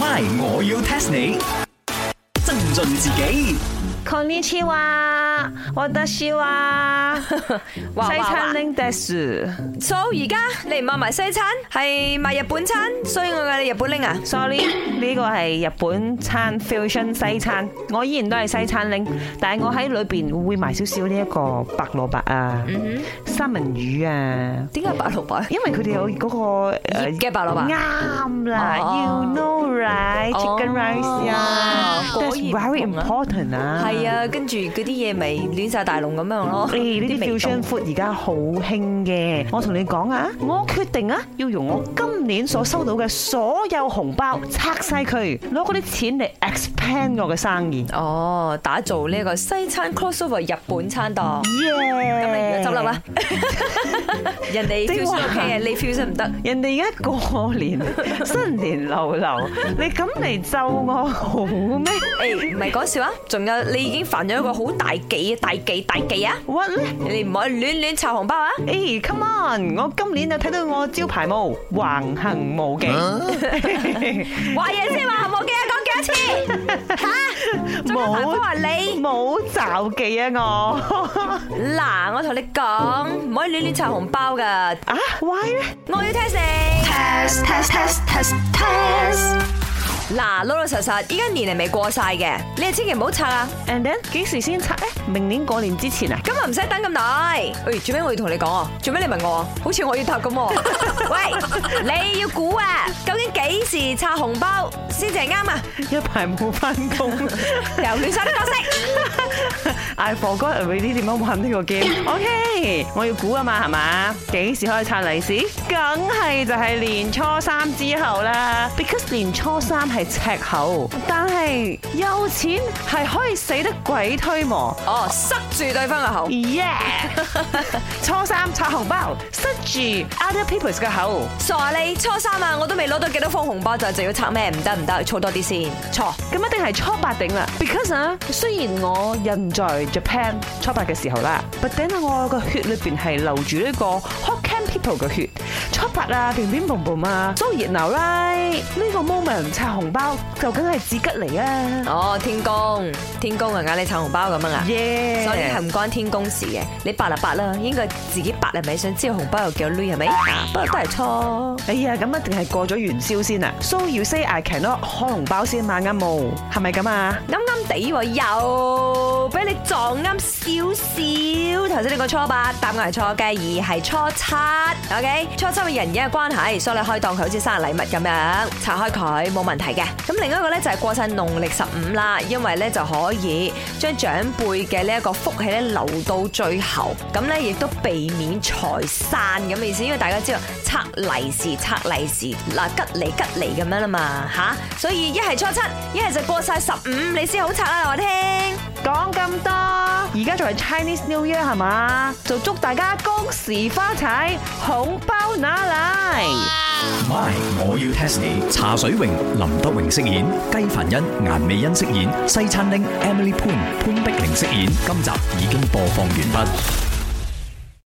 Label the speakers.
Speaker 1: My，我要 test 你。增進自己，
Speaker 2: Konnichiwa，我的西哇，
Speaker 3: 哇
Speaker 2: 西餐
Speaker 3: 哇
Speaker 2: 拎的士
Speaker 3: 所以而家你唔賣埋西餐，係賣日本餐，所以我嗌你日本拎啊！
Speaker 2: ，sorry，呢個係日本餐 fusion 西餐，我依然都係西餐拎，但係我喺裏邊會埋少少呢一個白蘿蔔啊、
Speaker 3: 嗯
Speaker 2: 三文魚啊，
Speaker 3: 點解白蘿蔔？
Speaker 2: 因為佢哋有嗰個呃
Speaker 3: 醃嘅白蘿蔔
Speaker 2: 啱啦
Speaker 3: 哦
Speaker 2: ，you know right，chicken
Speaker 3: 哦
Speaker 2: rice 啊
Speaker 3: 果然
Speaker 2: ，that's very
Speaker 3: 唔同啊
Speaker 2: important 啊，
Speaker 3: 係啊，跟住嗰啲嘢咪亂晒大龍 咁樣咯。
Speaker 2: 誒哎呢啲
Speaker 3: 味道
Speaker 2: fusion food 而家好興嘅，我同你講啊，我決定啊，要用我今年所收到嘅所有紅包拆晒佢，攞嗰啲錢嚟 expand 我嘅生意。
Speaker 3: 哦，打造呢個西餐 crossover 日本餐檔。
Speaker 2: 耶！
Speaker 3: 咁你而家執 笠啦！人哋
Speaker 2: 即係
Speaker 3: fusion
Speaker 2: 話
Speaker 3: OK 嘅，你 fusion 唔得。
Speaker 2: 人哋而家過年 新年流流，你咁嚟咒我好咩
Speaker 3: 誒，唔係講笑啊！仲有你已經犯咗一個好大忌啊！大忌大忌 啊！
Speaker 2: ？What 咧？
Speaker 3: 你唔可以亂亂拆紅包啊！
Speaker 2: 誒，come on！我今年就睇到我招牌舞橫行無忌，
Speaker 3: 啊話嘢先嘛，冇記啊，講幾多次？仲有凡哥話你
Speaker 2: 冇罩忌啊我
Speaker 3: 嗱，我同你講，唔可以亂亂拆紅包噶。
Speaker 2: 啊，why 咧？
Speaker 3: 我要 test 你。
Speaker 4: test test test test test
Speaker 3: 嗱，老老實實，依家年齡未過晒嘅，你哋千祈唔好拆啊！
Speaker 2: And then 幾時先拆咧？明年過年之前啊？
Speaker 3: 今日唔使等咁耐。喂，做咩我要同你講啊？做咩你問我啊？好似我要答咁 喎。喂，你要估啊？究竟幾時拆紅包先至係啱啊？
Speaker 2: 一排冇翻工
Speaker 3: 又亂晒啲 角色。
Speaker 2: ，I forgot already 點樣玩呢個 game？OK，我要估啊嘛，係嘛？幾時可以拆利是？梗係就係年初三之後啦，because 年初三係赤口，但係有錢係可以死得鬼推磨。
Speaker 3: 哦，塞住對方嘅口。
Speaker 2: Yeah！初三拆紅包，塞住 other people's 嘅口。
Speaker 3: 傻你初三啊，我都未攞到幾多封紅包就就要拆咩？唔得唔得，儲多啲先。錯，
Speaker 2: 咁一定係初八頂啦，because 啊，雖然我人在 Japan 初八嘅時候啦，but then 啊我個血裏邊係流住呢個 Hokkien people 嘅血，初八啊，乒乒乓乓啊，所以熱鬧啦，呢個 moment 拆紅包就梗係至吉嚟啊，
Speaker 3: 哦，天公，天公啊，嗌你拆紅包咁樣啊。
Speaker 2: 耶！
Speaker 3: 所以係唔關天公事嘅，你八啦八啦，應該自己八係咪？想知道紅包有幾多鐳係咪？啊不過都係錯。
Speaker 2: 哎呀，咁一定係過咗元宵先啊，so you say I cannot 開紅包先嘛，啱冇？係咪咁啊？
Speaker 3: 啱啱地喎，又俾你撞啱少少。頭先你個初八，答案係錯嘅，而係初七。OK，初七嘅人嘅關係，所以你可以當佢好似生日禮物咁樣拆開佢，冇問題嘅。咁另一個呢，就係過晒農曆十五啦，因為呢就可以將長輩嘅呢一個福氣呢留到最後，咁呢亦都避免財散咁嘅意思，因為大家知道拆利是拆利是嗱吉嚟吉嚟咁樣啦嘛吓，所以一係初七，一係就過晒十五，你先好拆啦，話我聽。
Speaker 2: 講咁多，而家仲係 Chinese New Year 係嘛？就祝大家恭喜發財，紅包拿來！
Speaker 1: My，我要 test 你。茶水榮、林德榮飾演，雞凡欣、顏美欣飾演，西餐廳 Emily Poon 潘碧玲飾演。今集已經播放完畢。